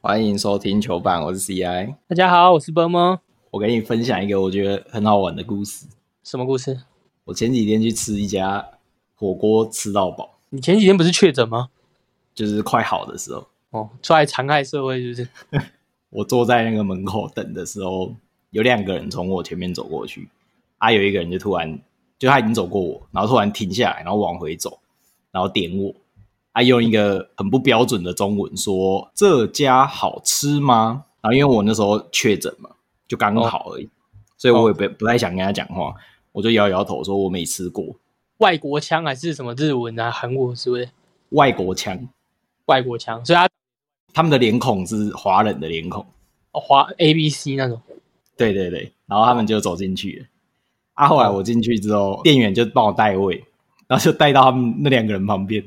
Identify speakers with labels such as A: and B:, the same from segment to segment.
A: 欢迎收听球板，我是 CI。
B: 大家好，我是波波。
A: 我给你分享一个我觉得很好玩的故事。
B: 什么故事？
A: 我前几天去吃一家火锅，吃到饱，
B: 你前几天不是确诊吗？
A: 就是快好的时候，
B: 哦，出来残害社会是不是？
A: 我坐在那个门口等的时候，有两个人从我前面走过去，啊，有一个人就突然就他已经走过我，然后突然停下来，然后往回走，然后点我，啊，用一个很不标准的中文说这家好吃吗？然后因为我那时候确诊嘛，就刚好而已，所以我也不不太想跟他讲话，我就摇摇头说我没吃过
B: 外国腔还是什么日文啊、韩国是不是？
A: 外国腔，
B: 外国腔，所以他
A: 他们的脸孔是华人的脸孔。
B: 哦华 A B C 那种。
A: 对对对，然后他们就走进去了。啊，后来我进去之后，店员就帮我带位，然后就带到他们那两个人旁边。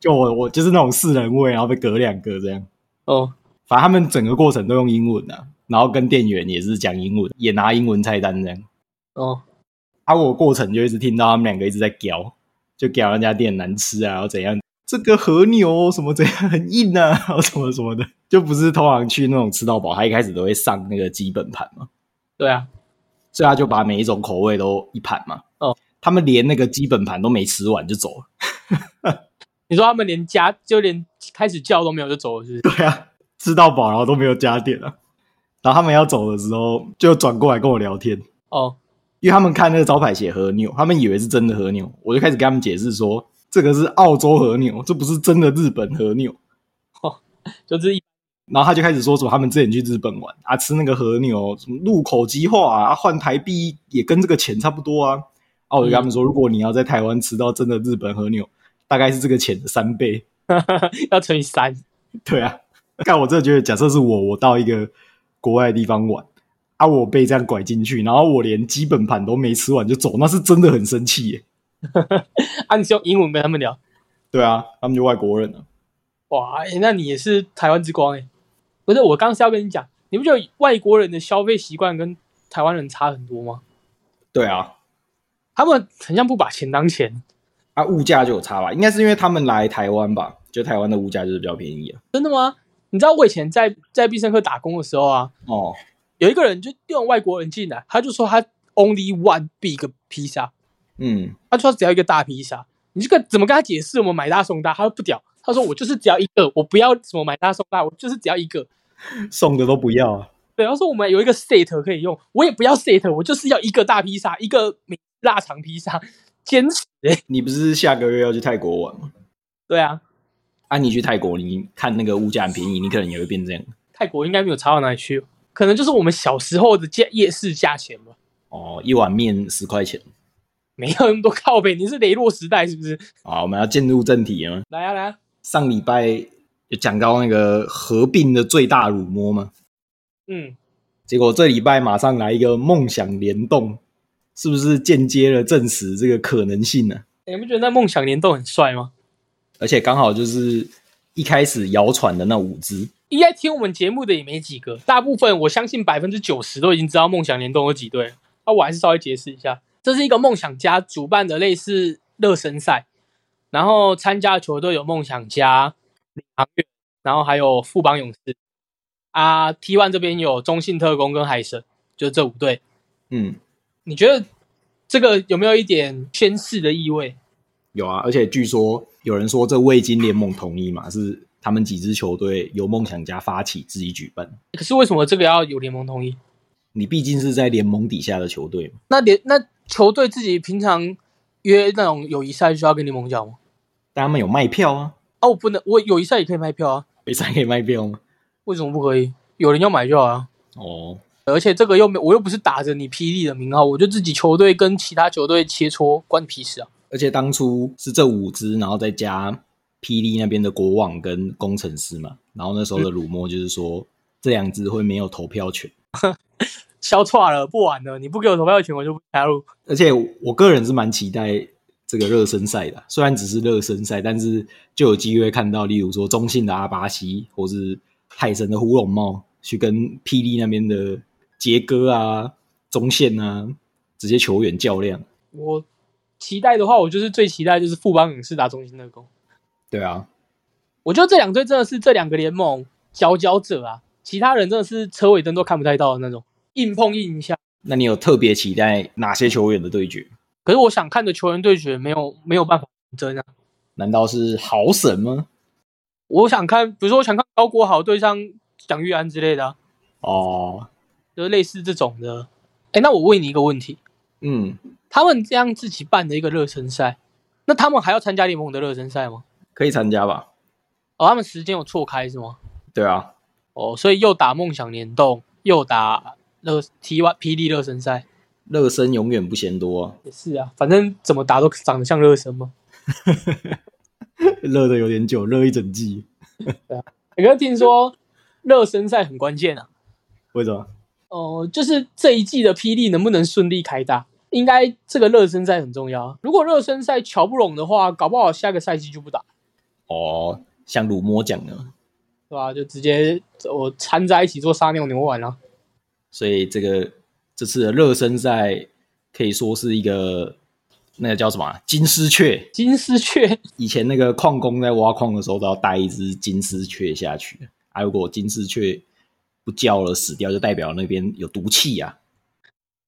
A: 就我我就是那种四人位，然后被隔两个这样。
B: 哦，
A: 反正他们整个过程都用英文啊，然后跟店员也是讲英文，也拿英文菜单这样。
B: 哦，
A: 啊，我过程就一直听到他们两个一直在屌，就屌人家店难吃啊，然后怎样，这个和牛什么怎样很硬啊，然后什么什么的，就不是通常去那种吃到饱，他一开始都会上那个基本盘嘛。
B: 对啊，
A: 所以他就把每一种口味都一盘嘛。
B: 哦，
A: 他们连那个基本盘都没吃完就走了。
B: 你说他们连加就连开始叫都没有就走了，是不是？
A: 对啊，吃到饱然后都没有加点啊。然后他们要走的时候，就转过来跟我聊天，
B: 哦，
A: 因为他们看那个招牌写和牛，他们以为是真的和牛，我就开始跟他们解释说，这个是澳洲和牛，这不是真的日本和牛。
B: 就是 一
A: 然后他就开始说什么他们之前去日本玩啊，吃那个和牛，什么入口即化啊，换台币也跟这个钱差不多啊。啊，我就跟他们说，如果你要在台湾吃到真的日本和牛，大概是这个钱的三倍。
B: 要乘以三。
A: 对啊，但我真的觉得，假设是我，我到一个国外的地方玩啊，我被这样拐进去，然后我连基本盘都没吃完就走，那是真的很生气耶。
B: 啊，你是用英文跟他们聊？
A: 对啊，他们就外国人了。
B: 哇，欸那你也是台湾之光哎、不是，我刚是要跟你讲，你不觉得外国人的消费习惯跟台湾人差很多吗？
A: 对啊，
B: 他们很像不把钱当钱，
A: 啊，物价就有差吧？应该是因为他们来台湾吧，就台湾的物价就是比较便宜啊。
B: 真的吗？你知道我以前在在必胜客打工的时候啊，
A: 哦，
B: 有一个人就用外国人进来，他就说他 only one big pizza，
A: 嗯，
B: 他说他只要一个大披萨。你这个怎么跟他解释？我们买大送大，他说不屌，他说我就是只要一个，我不要什么买大送大，我就是只要一个。
A: 送的都不要啊。
B: 对，他说我们有一个 set 可以用，我也不要 set，我就是要一个大披萨，一个美腊肠披萨，坚持、欸。
A: 你不是下个月要去泰国玩吗？
B: 对啊，
A: 啊，你去泰国，你看那个物价很便宜，你可能也会变这样。
B: 泰国应该没有差到哪里去，可能就是我们小时候的价夜市价钱吧。
A: 哦，一碗面十块钱。
B: 没有那么多靠背，你是雷洛时代是不是？
A: 啊，我们要进入正题了吗。
B: 来啊来啊，
A: 上礼拜有讲到那个合并的最大辱没嘛，
B: 嗯，
A: 结果这礼拜马上来一个梦想联动，是不是间接的证实这个可能性呢、
B: 你们觉得那梦想联动很帅吗？
A: 而且刚好就是一开始谣传的那五只，
B: 应该听我们节目的也没几个，大部分我相信百分之九十都已经知道梦想联动有几队了。那、我还是稍微解释一下，这是一个梦想家主办的类似热身赛，然后参加的球队有梦想家、领航员，然后还有富邦勇士。啊，T one 这边有中信特工跟海神，就是这五队。
A: 嗯，
B: 你觉得这个有没有一点宣誓的意味？
A: 有啊，而且据说有人说这未经联盟同意嘛，是他们几支球队由梦想家发起自己举办，
B: 可是为什么这个要有联盟同意？
A: 你毕竟是在联盟底下的球队嘛，
B: 那联那球队自己平常约那种友谊赛需要跟联盟讲吗？
A: 但他们有卖票啊，
B: 哦，我不能，我友谊赛也可以卖票啊，
A: 比赛可以卖票吗？
B: 为什么不可以？有人要买就好啊。
A: 哦，
B: 而且这个又没，我又不是打着你霹雳的名号，我就自己球队跟其他球队切磋，关你屁事啊！
A: 而且当初是这五支，然后再加霹雳那边的国网跟工程师嘛，然后那时候的鲁莫就是说、这两支会没有投票权，
B: 消化了，不玩了，你不给我投票权，我就不加入。
A: 而且我个人是蛮期待这个热身赛的，虽然只是热身赛，但是就有机会看到，例如说中信的阿巴西或是海神的胡龙茂去跟霹雳那边的杰哥啊、中线啊这些球员较量，
B: 我期待的话，我就是最期待就是富邦勇士打中心特工。
A: 对啊，
B: 我觉得这两队真的是这两个联盟佼佼者啊，其他人真的是车尾灯都看不太到的那种，硬碰硬一下。
A: 那你有特别期待哪些球员的对决？
B: 可是我想看的球员对决没有没有办法争啊。
A: 难道是豪神吗？
B: 我想看，比如说我想看高国豪对上蒋玉安之类的、啊，
A: 哦，
B: 就是类似这种的。哎，那我问你一个问题：
A: 嗯，
B: 他们这样自己办的一个热身赛，那他们还要参加联盟的热身赛吗？
A: 可以参加吧？
B: 哦，他们时间有错开是吗？
A: 对啊，
B: 哦，所以又打梦想联动，又打热 T Y 霹雳热身赛，
A: 热身永远不嫌多、啊，
B: 也是啊，反正怎么打都长得像热身嘛。
A: 热的有点久，热一整季。
B: 你刚哎听说热身赛很关键啊，
A: 为什么？
B: 哦、就是这一季的霹雳能不能顺利开打，应该这个热身赛很重要啊。如果热身赛瞧不拢的话，搞不好下个赛季就不打，
A: 哦，像鲁摸讲的，
B: 对吧？就直接我掺在一起做撒尿牛丸啊。
A: 所以这个这次的热身赛可以说是一个那个叫什么啊金丝雀。
B: 金丝雀
A: 以前那个矿工在挖矿的时候都要带一只金丝雀下去，啊，如果金丝雀不叫了死掉，就代表那边有毒气啊。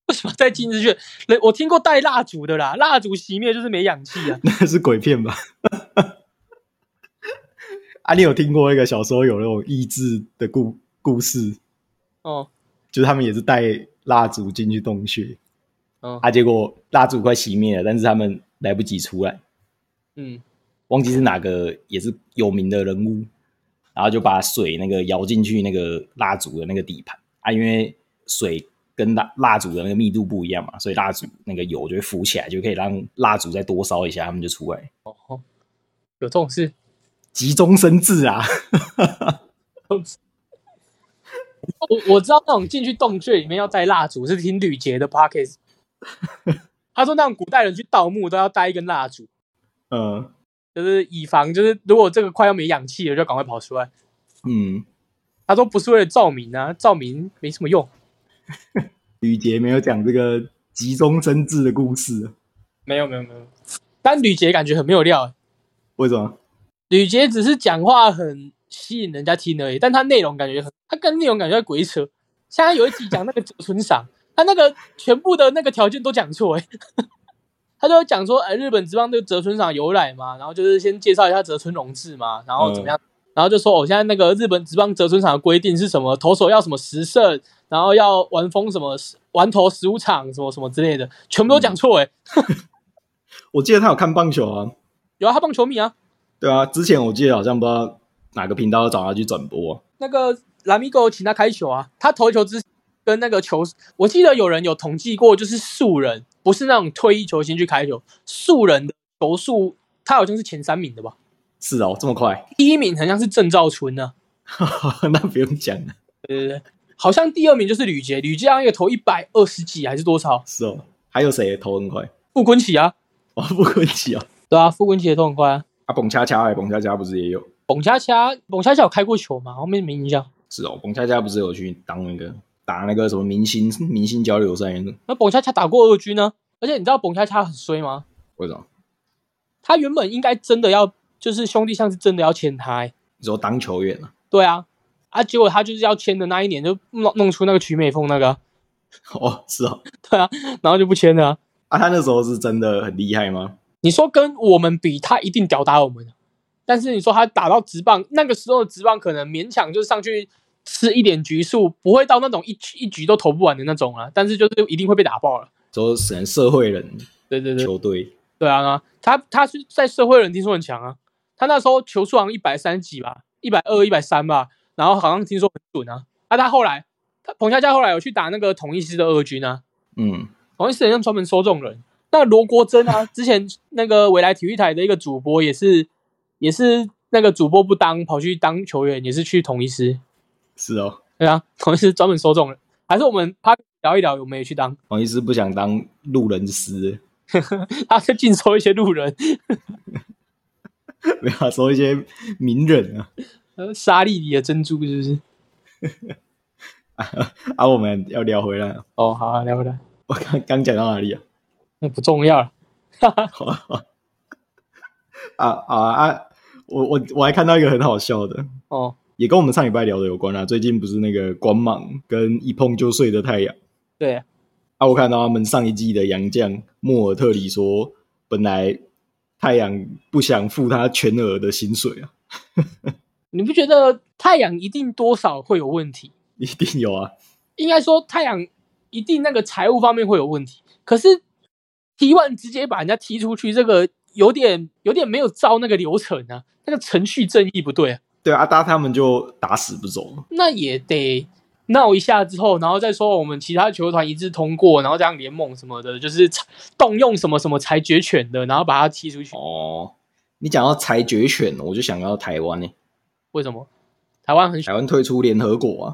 B: 为什么在金丝雀？人我听过带蜡烛的啦，蜡烛熄灭就是没氧气啊。
A: 那是鬼片吧？啊，你有听过那个小时候有那种益智的故故事，
B: 哦，
A: 就是他们也是带蜡烛进去洞穴，
B: 嗯
A: 啊，结果蜡烛快熄灭了，但是他们来不及出来，
B: 嗯，
A: 忘记是哪个也是有名的人物，然后就把水那个舀进去那个蜡烛的那个底盘啊，因为水跟蜡蜡烛的那个密度不一样嘛，所以蜡烛那个油就会浮起来，就可以让蜡烛再多烧一下，他们就出来，
B: 有这种事。
A: 急中生智啊！
B: 我我知道那种进去洞穴里面要带蜡烛，是听吕杰的 pockets。他说那种古代人去盗墓都要带一根蜡烛，
A: 嗯
B: 就是以防就是如果这个快要没氧气了，就赶快跑出来。
A: 嗯，
B: 他说不是为了照明啊，照明没什么用。
A: 吕杰没有讲这个急中生智的故事，
B: 没有没有没有，但吕杰感觉很没有料欸。
A: 为什么？
B: 吕杰只是讲话很吸引人家听而已，但他内容感觉很，他跟内容感觉在鬼扯。现在有一集讲那个九村赏，他那个全部的那个条件都讲错哎， 他就讲说，哎，日本职棒对泽村赏由来嘛，然后就是先介绍一下泽村荣治嘛，然后怎么样，然后就说，哦，现在那个日本职棒泽村赏的规定是什么，投手要什么十胜，然后要完封什么完投十五场什么什么之类的，全部都讲错哎，
A: 我记得他有看棒球啊，
B: 有啊，他棒球迷啊，
A: 对啊，之前我记得好像不知道哪个频道找他去转播、啊
B: 那个拉米狗请他开球啊，他投球之跟那个球，我记得有人有统计过，就是素人，不是那种退役球星去开球，素人的球速，他好像是前三名的吧，
A: 是哦，这么快，
B: 第一名好像是郑兆春呢、
A: 那不用讲了，
B: 对对对，好像第二名就是吕杰，吕杰好像也投一百二十几还是多少，
A: 是哦。还有谁投很快？
B: 傅昆奇啊，
A: 哇，不客气哦。
B: 对啊，傅昆奇也投很快啊，
A: 啊，蹦恰恰哎，蹦恰恰不是也有？
B: 董恰恰，董恰恰有开过球吗？后面没印象，
A: 是哦，蹦恰恰不是有去当那个打那个什么明星明星交流赛那种？
B: 那董恰恰打过二军呢，而且你知道董恰恰很衰吗？
A: 为什么？
B: 他原本应该真的要，就是兄弟像是真的要签他、欸。
A: 你说当球员啊？
B: 对啊，啊，结果他就是要签的那一年就弄弄出那个曲美凤那个，
A: 哦，是哦。
B: 然后就不签了啊、
A: 啊，他那时候是真的很厉害吗？
B: 你说跟我们比，他一定吊打我们，但是你说他打到直棒，那个时候的直棒可能勉强就是上去吃一点局数，不会到那种一局一局都投不完的那种啊，但是就是一定会被打爆了。
A: 说省社会人
B: 对对对，
A: 球队，
B: 对啊，他他是在社会人听说很强啊，他那时候球速好像一百三几吧，一百二、一百三吧，然后好像听说很准啊。啊，他后来他彭佳佳后来有去打那个统一师的二军啊，
A: 嗯，
B: 好像是人家专门收这种人。那罗国珍啊，之前那个未来体育台的一个主播也是，也是那个主播不当，跑去当球员，也是去统一师。
A: 是哦。
B: 对啊，统一师专门收这种人。还是我们他聊一聊，有没有去当？
A: 王医师不想当路人师，
B: 他是尽收一些路人，
A: 没有啊说一些名人啊。
B: 呃沙粒里的珍珠是不是？
A: 啊，我们要聊回来啊，
B: 哦，好、啊，聊回来，
A: 我刚刚讲到哪里啊？
B: 那不重要了。
A: 好啊好啊啊啊啊！我我我还看到一个很好笑的，
B: 哦，
A: 也跟我们上礼拜聊的有关啊。最近不是那个光芒跟一碰就碎的太阳
B: 对，
A: 啊，我看到他们上一季的洋将莫尔特里说，本来太阳不想付他全额的薪水啊，
B: 你不觉得太阳一定多少会有问题？
A: 一定有啊，
B: 应该说太阳一定那个财务方面会有问题。可是 T one 直接把人家踢出去，这个有点有点没有照那个流程啊，那个程序正义不对啊，
A: 对啊，大他们就打死不走嘛，
B: 那也得闹一下之后，然后再说我们其他球团一致通过，然后这样联盟什么的，就是动用什么什么裁决权的，然后把他踢出去。
A: 哦，你讲到裁决权，我就想到台湾呢、
B: 为什么？台湾很喜
A: 台湾退出联合国啊，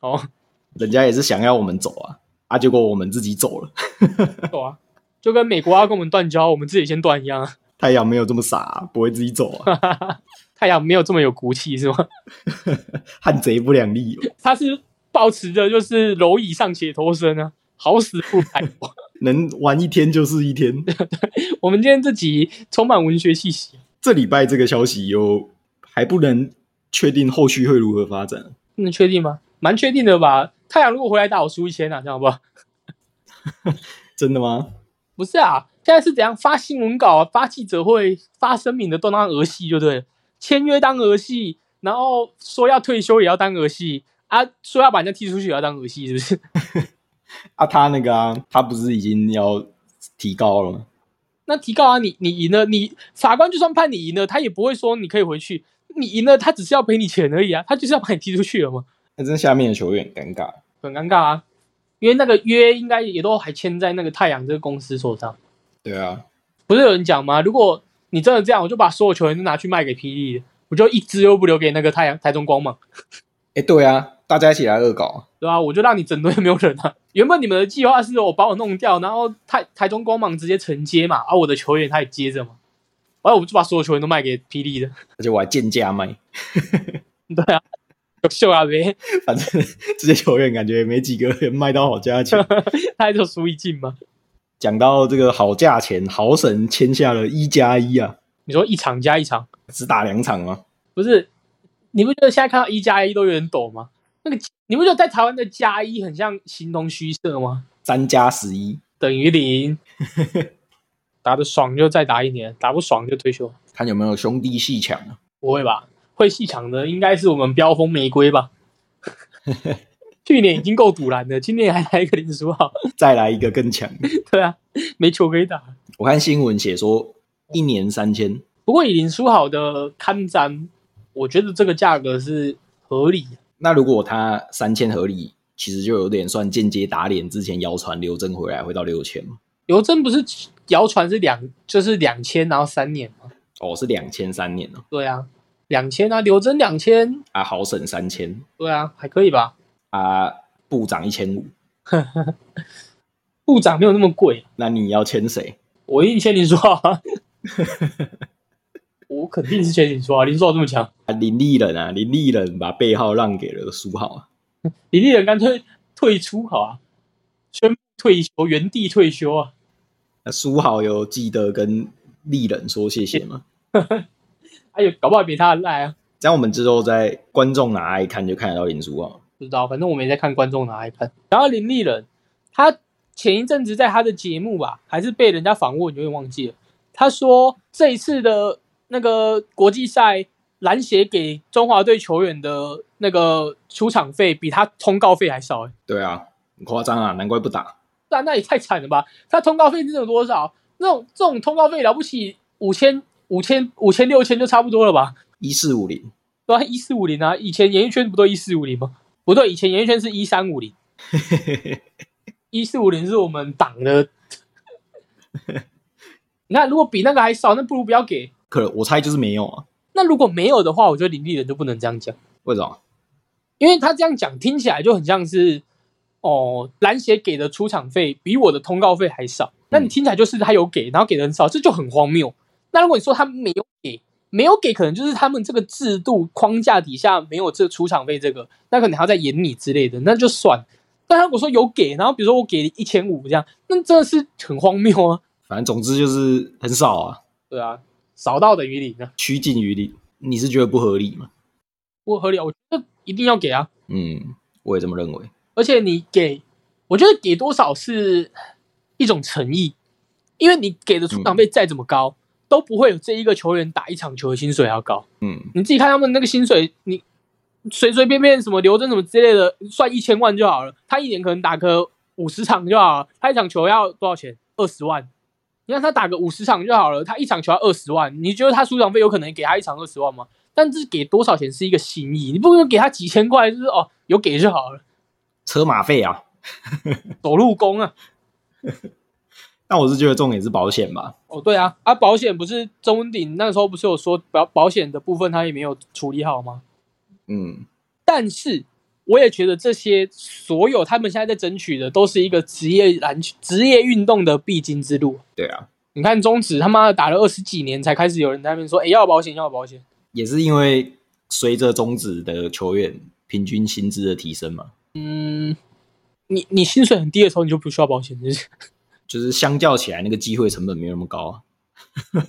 B: 哦，
A: 人家也是想要我们走啊，啊，结果我们自己走了，
B: 对啊，就跟美国要跟我们断交，我们自己先断一样啊。
A: 太阳没有这么傻、啊，不会自己走 啊，
B: 太阳没有这么有骨气是吗？
A: 汉贼不两立哦。
B: 他是保持着就是蝼蚁尚且偷生啊，好死不来活。
A: 能玩一天就是一天。
B: 我们今天这集充满文学气息，啊
A: 这礼拜这个消息又还不能确定后续会如何发展，
B: 能确定吗？蛮确定的吧？太阳如果回来打我输一千啊，这样好不好？
A: 真的吗？
B: 不是啊，现在是怎样发新闻稿啊，发记者会、发声明的都当儿戏就对了，签约当儿戏，然后说要退休也要当儿戏啊，说要把人家踢出去也要当儿戏，是不是？
A: 啊，他那个啊，他不是已经要提高了吗？
B: 那提告啊，你你赢了，你法官就算判你赢了，他也不会说你可以回去。你赢了，他只是要赔你钱而已啊，他就是要把你踢出去了嘛，
A: 那真下面的球员很尴尬。
B: 很尴尬啊。因为那个约应该也都还签在那个太阳这个公司手上，
A: 对啊，
B: 不是有人讲吗？如果你真的这样，我就把所有球员都拿去卖给霹雳了，我就一支都不留给那个太阳台中光芒，
A: 哎，对啊，大家一起来恶搞，啊
B: 对吧、我就让你整队没有人啊。原本你们的计划是我把我弄掉，然后台台中光芒直接承接嘛，而、我的球员他也接着嘛，完了我就把所有球员都卖给霹雳了，
A: 而且我还贱价卖，
B: 对啊， 有秀啊呗。
A: 反正 这些球员感觉没几个人卖到好价钱。
B: 他就输一进吗？
A: 讲到这个好价钱，豪神签下了一加一啊，
B: 你说一场加一场，
A: 只打两场吗？
B: 不是？你不觉得现在看到一加一都有点抖吗？那个你不觉得在台湾的加一很像形同虚设吗？
A: 三加十一，
B: 等于零，打得爽就再打一年，打不爽就退休，
A: 看有没有兄弟戏抢啊？
B: 不会吧？会戏抢的应该是我们标风玫瑰吧？去年已经够堵拦了，今年还来一个林书豪，
A: 再来一个更强的。
B: 对啊，没球可以打。
A: 我看新闻写说一年三千，
B: 不过以林书豪的看展，我觉得这个价格是合理的。
A: 那如果他三千合理，其实就有点算间接打脸之前谣传刘真回来会到六千嘛？
B: 刘真不是谣传是两，就是两千，然后三年吗？
A: 哦，是两千三年哦，
B: 对啊，两千啊，刘真两千，
A: 啊，好省三千
B: 对啊，还可以吧？
A: 啊，部长一千五，
B: 部长没有那么贵，
A: 那你要签谁？
B: 我一定签林书豪啊，我肯定是签林书豪，林书豪这么强，
A: 啊，林立人啊，林立人把背号让给了苏浩啊，
B: 李立人干脆退出好啊，宣布退休，原地退休啊，
A: 那苏浩有记得跟立人说谢谢吗？
B: 哎呦，搞不好比他赖啊，
A: 这样我们之后在观众拿来看就看得到林书豪，
B: 不知道，反正我没在看观众拿来看。然后林立人，他前一阵子在他的节目吧，还是被人家访问，有点忘记了。他说这一次的那个国际赛，篮协给中华队球员的那个出场费比他通告费还少、欸，
A: 对啊，很夸张啊，难怪不打，
B: 那那也太惨了吧？他通告费是有多少？那种这种通告费了不起五千、五千、五千六千就差不多了吧？
A: 一四五零，
B: 对啊，一四五零啊，以前演艺圈不都一四五零吗？不对，以前演艺圈是一三五零，一四五零是我们党的。 你看，如果比那个还少，那不如不要给。
A: 可能我猜就是没有啊，
B: 那如果没有的话，我觉得林立人就不能这样讲，
A: 为什么？
B: 因为他这样讲听起来就很像是，哦，篮协给的出场费比我的通告费还少。那你听起来就是他有给，然后给的很少，这就很荒谬。那如果你说他没有给，没有给，可能就是他们这个制度框架底下没有这出场费这个，那可能还要再演你之类的，那就算。但他如果说有给，然后比如说我给一千五这样，那真的是很荒谬啊。
A: 反正总之就是很少啊，
B: 对啊，少到等于零啊。
A: 趋近于零。你是觉得不合理吗？
B: 不合理啊，我觉得一定要给啊。
A: 嗯，我也这么认为。
B: 而且你给，我觉得给多少是一种诚意，因为你给的出场费再怎么高，都不会有这一个球员打一场球的薪水还要高。
A: 嗯，
B: 你自己看他们那个薪水，你随随便便什么刘真什么之类的，算一千万就好了。他一年可能打个五十场就好了，他一场球要多少钱？二十万。你让他打个五十场就好了，他一场球要二十万，你觉得他出场费有可能给他一场二十万吗？但是给多少钱是一个心意，你不能给他几千块，就是哦有给就好了，
A: 车马费啊，
B: 走路工啊。
A: 但我是觉得重点是保险吧。
B: 哦，对啊，啊，保险不是中文鼎那时候不是有说保保险的部分他也没有处理好吗？
A: 嗯，
B: 但是我也觉得这些所有他们现在在争取的，都是一个职业篮球、职业运动的必经之路。
A: 对啊，
B: 你看中职他妈的打了二十几年，才开始有人在那边说，哎，要有保险，要有保险。
A: 也是因为随着中职的球员平均薪资的提升嘛，
B: 嗯，你你薪水很低的时候，你就不需要保险，就是
A: 就是相较起来，那个机会成本没有那么高啊。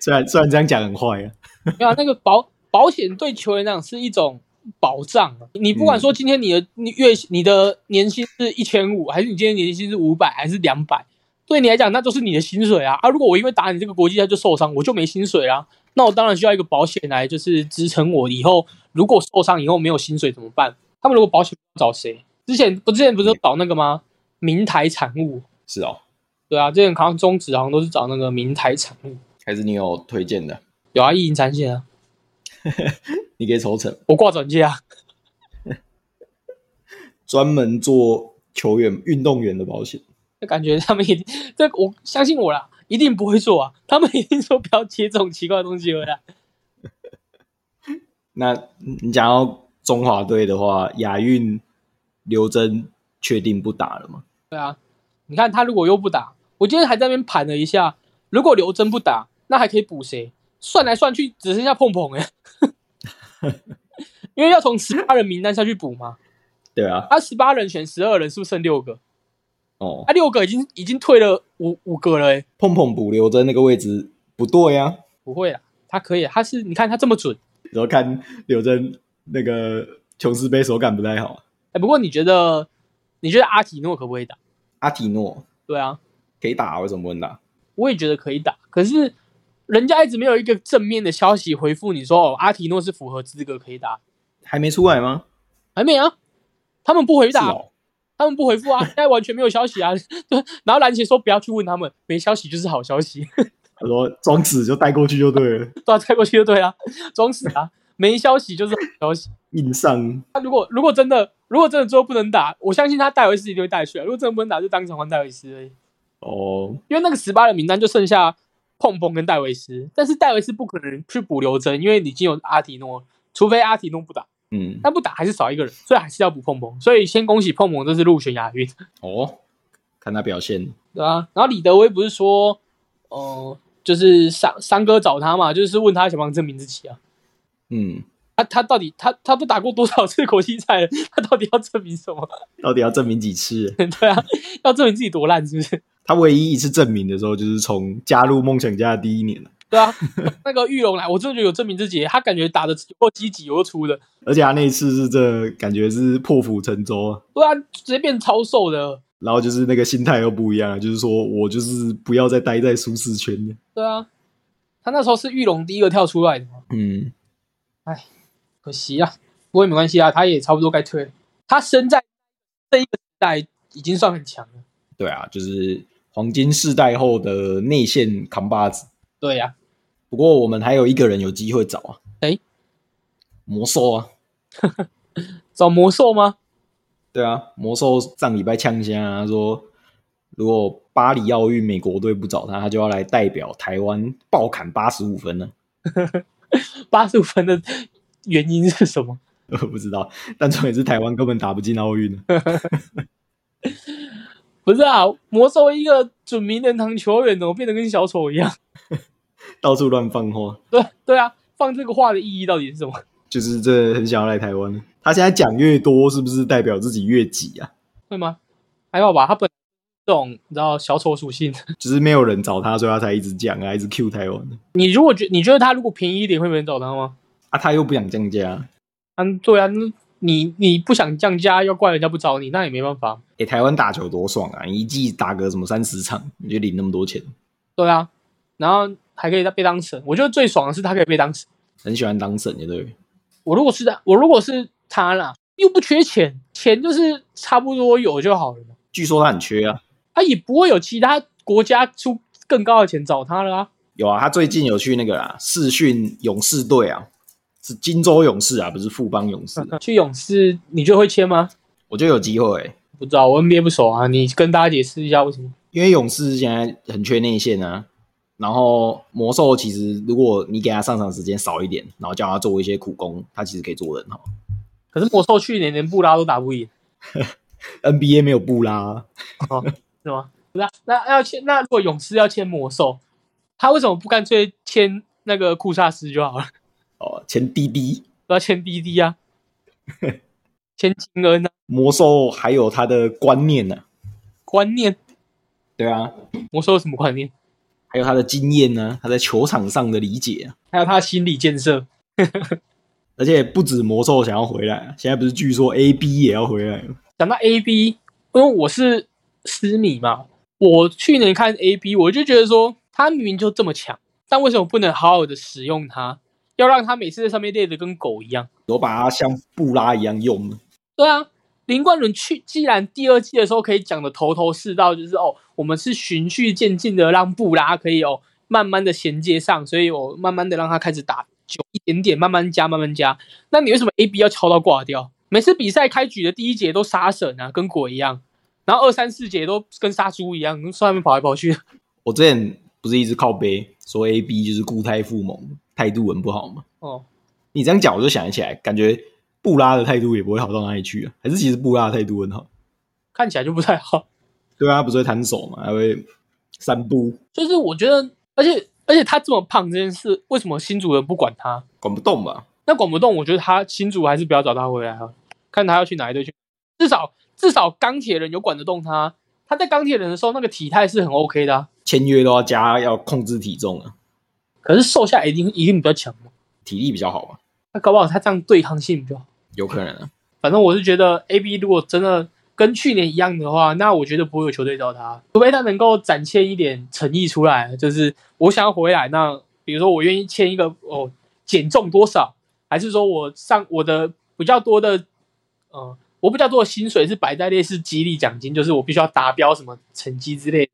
A: 虽然虽然这样讲很坏啊，
B: 对啊，那个保保险对球员来讲是一种保障啊。你不管说今天你的你月你的年薪是一千五，还是你今天年薪是五百，还是两百，对你来讲那都是你的薪水啊。啊，如果我因为打你这个国际赛就受伤，我就没薪水啊。那我当然需要一个保险来就是支撑我以后如果受伤以后没有薪水怎么办？他们如果保险找谁？之前不之前不是有找那个吗？明台产物，
A: 是哦。
B: 对啊，之前好像中职好像都是找那个明台产物，
A: 还是你有推荐的，
B: 有啊，一银产险啊，
A: 你可以抽成，
B: 我挂转介啊。
A: 专门做球员、运动员的保险。
B: 就感觉他们一定，这我相信我啦，一定不会做啊。他们一定说不要接这种奇怪的东西回来。
A: 那你讲到中华队的话，亚运刘真确定不打了吗？
B: 你看他如果又不打，我今天还在那边盘了一下，如果刘真不打，那还可以补谁？算来算去只剩下碰碰哎、因为要从十八人名单下去补嘛。
A: 对啊，
B: 他十八人选十二人，是不是剩六个？
A: 哦，
B: 他、六个已经已经退了五五个了哎、
A: 碰碰补刘真那个位置不对啊。
B: 不会啦，他可以，他是你看他这么准
A: 然后看刘真那个琼斯杯手感不太好，
B: 哎、不过你觉得你觉得阿提诺可不可以打？
A: 阿提诺
B: 对啊，
A: 可以打，为什么不能打？
B: 我也觉得可以打，可是人家一直没有一个正面的消息回复你说哦，阿提诺是符合资格可以打，
A: 还没出来吗？
B: 还没啊，他们不回
A: 是
B: 答，
A: 哦，
B: 他们不 回复啊，现在完全没有消息啊。 对然后篮协说不要去问他们，没消息就是好消息，
A: 他说装死就带过去就对了，
B: 都要猜过去就对了，装死啊，没消息就是好消息。
A: 硬上
B: 那如果如果真的如果真的最后不能打，我相信他戴维斯一定会带去、啊，如果真的不能打，就当场换戴维斯而已，
A: 哦，
B: 因为那个十八人名单就剩下。碰碰跟戴维斯，但是戴维斯不可能去补刘真，因为已经有阿提诺了，除非阿提诺不打。
A: 嗯，
B: 但不打还是少一个人，所以还是要补碰碰。所以先恭喜碰碰这次入选亚运，
A: 哦，看他表现，
B: 对啊。然后李德威不是说，呃，就是三三哥找他嘛，就是问他想不想证明自己啊？
A: 嗯，
B: 他他到底他他都打过多少次国际赛了？他到底要证明什么？
A: 到底要证明几次？
B: 对啊，要证明自己多烂是不是？
A: 他唯一一次证明的时候，就是从加入梦想家的第一年了
B: 对啊，那个玉龙来，我真的觉得有证明自己，他感觉打的有够积极，有够出的。
A: 而且他那一次是这感觉是破釜沉舟啊，
B: 对啊，直接变超瘦的。
A: 然后就是那个心态又不一样了，就是说我就是不要再待在舒适圈了，
B: 对啊，他那时候是玉龙第一个跳出来的嘛。
A: 嗯，
B: 可惜啊，不过没关系啊，他也差不多该退了。他身在这一个时代已经算很强了。
A: 对啊，就是黄金世代后的内线扛把子。
B: 对啊呀、
A: 不过我们还有一个人有机会找啊，
B: 诶
A: 魔兽啊，
B: 找魔兽吗？
A: 对啊，魔兽上礼拜呛虾、啊，他说如果巴黎奥运美国队不找他，他就要来代表台湾爆砍八十五分呢。
B: 八十五分的原因是什么？
A: 我不知道，但重点是台湾根本打不进奥运啊。
B: 不是啊，魔兽一个准名人堂球员怎么变得跟小丑一样？
A: 到处乱放话，
B: 对对啊，放这个话的意义到底是什么？
A: 就是这很想要来台湾。他现在讲越多，是不是代表自己越挤啊？
B: 会吗？还好吧，他本这种你知道小丑属性，
A: 就是没有人找他，所以他才一直讲啊，一直 Q 台湾
B: 你如果觉你觉得他如果便宜一点会没人找他吗？
A: 啊。他又不想降价，
B: 嗯，对啊，那你你不想降价，要怪人家不找你，那也没办法。
A: 诶、欸台湾打球多爽啊！你一季打个什么三十场，你就领那么多钱，
B: 对啊，然后还可以被当神，我觉得最爽的是他可以被当神。
A: 很喜欢当神，对不对？
B: 我如果是他，我如果是他啦，又不缺钱，钱就是差不多有就好了嘛。
A: 据说他很缺啊，
B: 他也不会有其他国家出更高的钱找他了啊。，
A: 有啊，他最近有去那个啦，试训勇士队啊，是金州勇士啊，不是富邦勇 士、啊
B: 去勇士，你就会签吗？
A: 我觉得有机会欸、
B: 不知道，我 NBA 不熟啊，你跟大家解释一下为什么？
A: 因为勇士现在很缺内线啊，然后魔兽其实如果你给他上场时间少一点，然后叫他做一些苦工，他其实可以做得很好。
B: 可是魔兽去年连布拉都打不赢，
A: NBA 没有布拉，啊
B: 哦，是吗？那那要签，那如果勇士要签魔兽，他为什么不干脆签那个库萨斯就好了？
A: 哦，前滴滴
B: 不要签 DD 啊，签金恩啊，
A: 魔兽还有他的观念呢、
B: 观念
A: 对啊，
B: 魔兽有什么观念？
A: 还有他的经验呢、他在球场上的理解、啊，
B: 还有他的心理建设，
A: 而且不止魔兽想要回来啊，现在不是据说 AB 也要回来了，
B: 讲到 AB，因为我是私米嘛，我去年看 AB，我就觉得说他明明就这么强，但为什么不能好好的使用他？要让他每次在上面累得跟狗一样？
A: 我把他像布拉一样用了。
B: 对啊，林冠伦去，既然第二季的时候可以讲的头头是道，就是哦，我们是循序渐进的让布拉可以哦慢慢的衔接上，所以我慢慢的让他开始打久一点点，慢慢加，慢慢加。那你为什么 AB 要敲到挂掉？每次比赛开局的第一节都杀神啊，跟鬼一样，然后二三四节都跟杀猪一样，上面跑来跑去。
A: 我之前不是一直靠背说 AB 就是固态附萌，态度很不好嘛。
B: 哦，
A: 你这样讲，我就想起来，感觉布拉的态度也不会好到哪里去啊。还是其实布拉的态度很好，
B: 看起来就不太好。
A: 对啊，他不是会弹手嘛，还会三步，
B: 就是我觉得，而且而且他这么胖这件事，为什么新主人不管他？
A: 管不动吧？
B: 那管不动，我觉得他新主还是不要找他回来好了，看他要去哪一队去。至少至少钢铁人有管得动他，他在钢铁人的时候那个体态是很 OK 的、啊，
A: 签约都要加，要控制体重啊，
B: 可是瘦下来一定一定比较强嘛。
A: 体力比较好嘛，
B: 那搞不好他这样对抗性比较好。
A: 有可能啊。
B: 反正我是觉得 A B 如果真的跟去年一样的话，那我觉得不会有球队找他，除非他能够展现一点诚意出来，就是我想要回来，那比如说我愿意签一个哦减重多少，还是说我上我的比较多的，呃，我比较多的薪水是摆在类似激励奖金，就是我必须要达标什么成绩之类，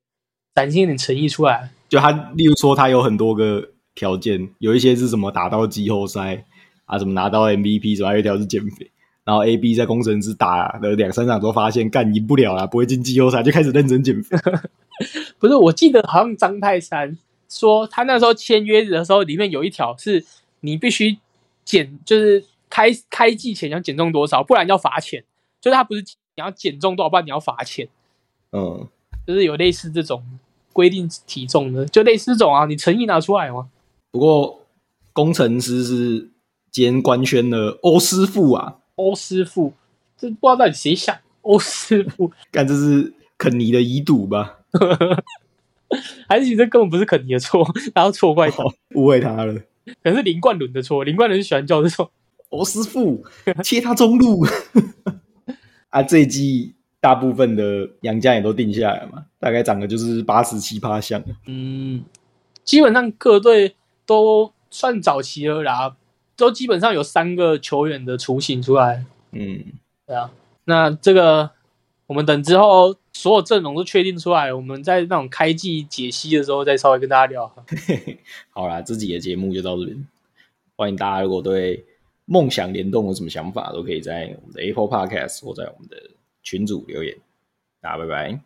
B: 展现一点诚意出来。
A: 就他，例如说他有很多个条件，有一些是什么打到季后赛啊，什么拿到 MVP，什么还有一条是减肥。然后 A B 在工程师打了两三场之后，发现干赢不了啦，不会进季后赛，就开始认真减肥。
B: 不是，我记得好像张泰山说，他那时候签约的时候，里面有一条是你必须减，就是开开季前要减重多少，不然要罚钱。就是他不是你要减重多少，不然你要罚钱，
A: 嗯，
B: 就是有类似这种规定体重的，就类似这种啊，你诚意拿出来嘛。
A: 不过工程师是今天官宣了欧师傅啊，
B: 欧师傅，这不知道到底谁想欧师傅，
A: 干这是肯尼的遗嘱吧？
B: 还是其实根本不是肯尼的错，然后错怪他，
A: 误会他了，
B: 可能是林冠伦的错，林冠伦就喜欢叫这种。
A: 欧师傅切他中路 啊！这一季大部分的杨家也都定下来嘛，大概涨的就是八十七趴项。
B: 嗯，基本上各队都算早期了啦，都基本上有三个球员的雏形出来。
A: 嗯，
B: 对啊，那这个我们等之后所有阵容都确定出来，我们在那种开季解析的时候再稍微跟大家聊。
A: 好啦，这集的节目就到这边，欢迎大家如果对梦想联动有什么想法，都可以在我们的 Apple Podcast 或在我们的群组留言。大家拜拜。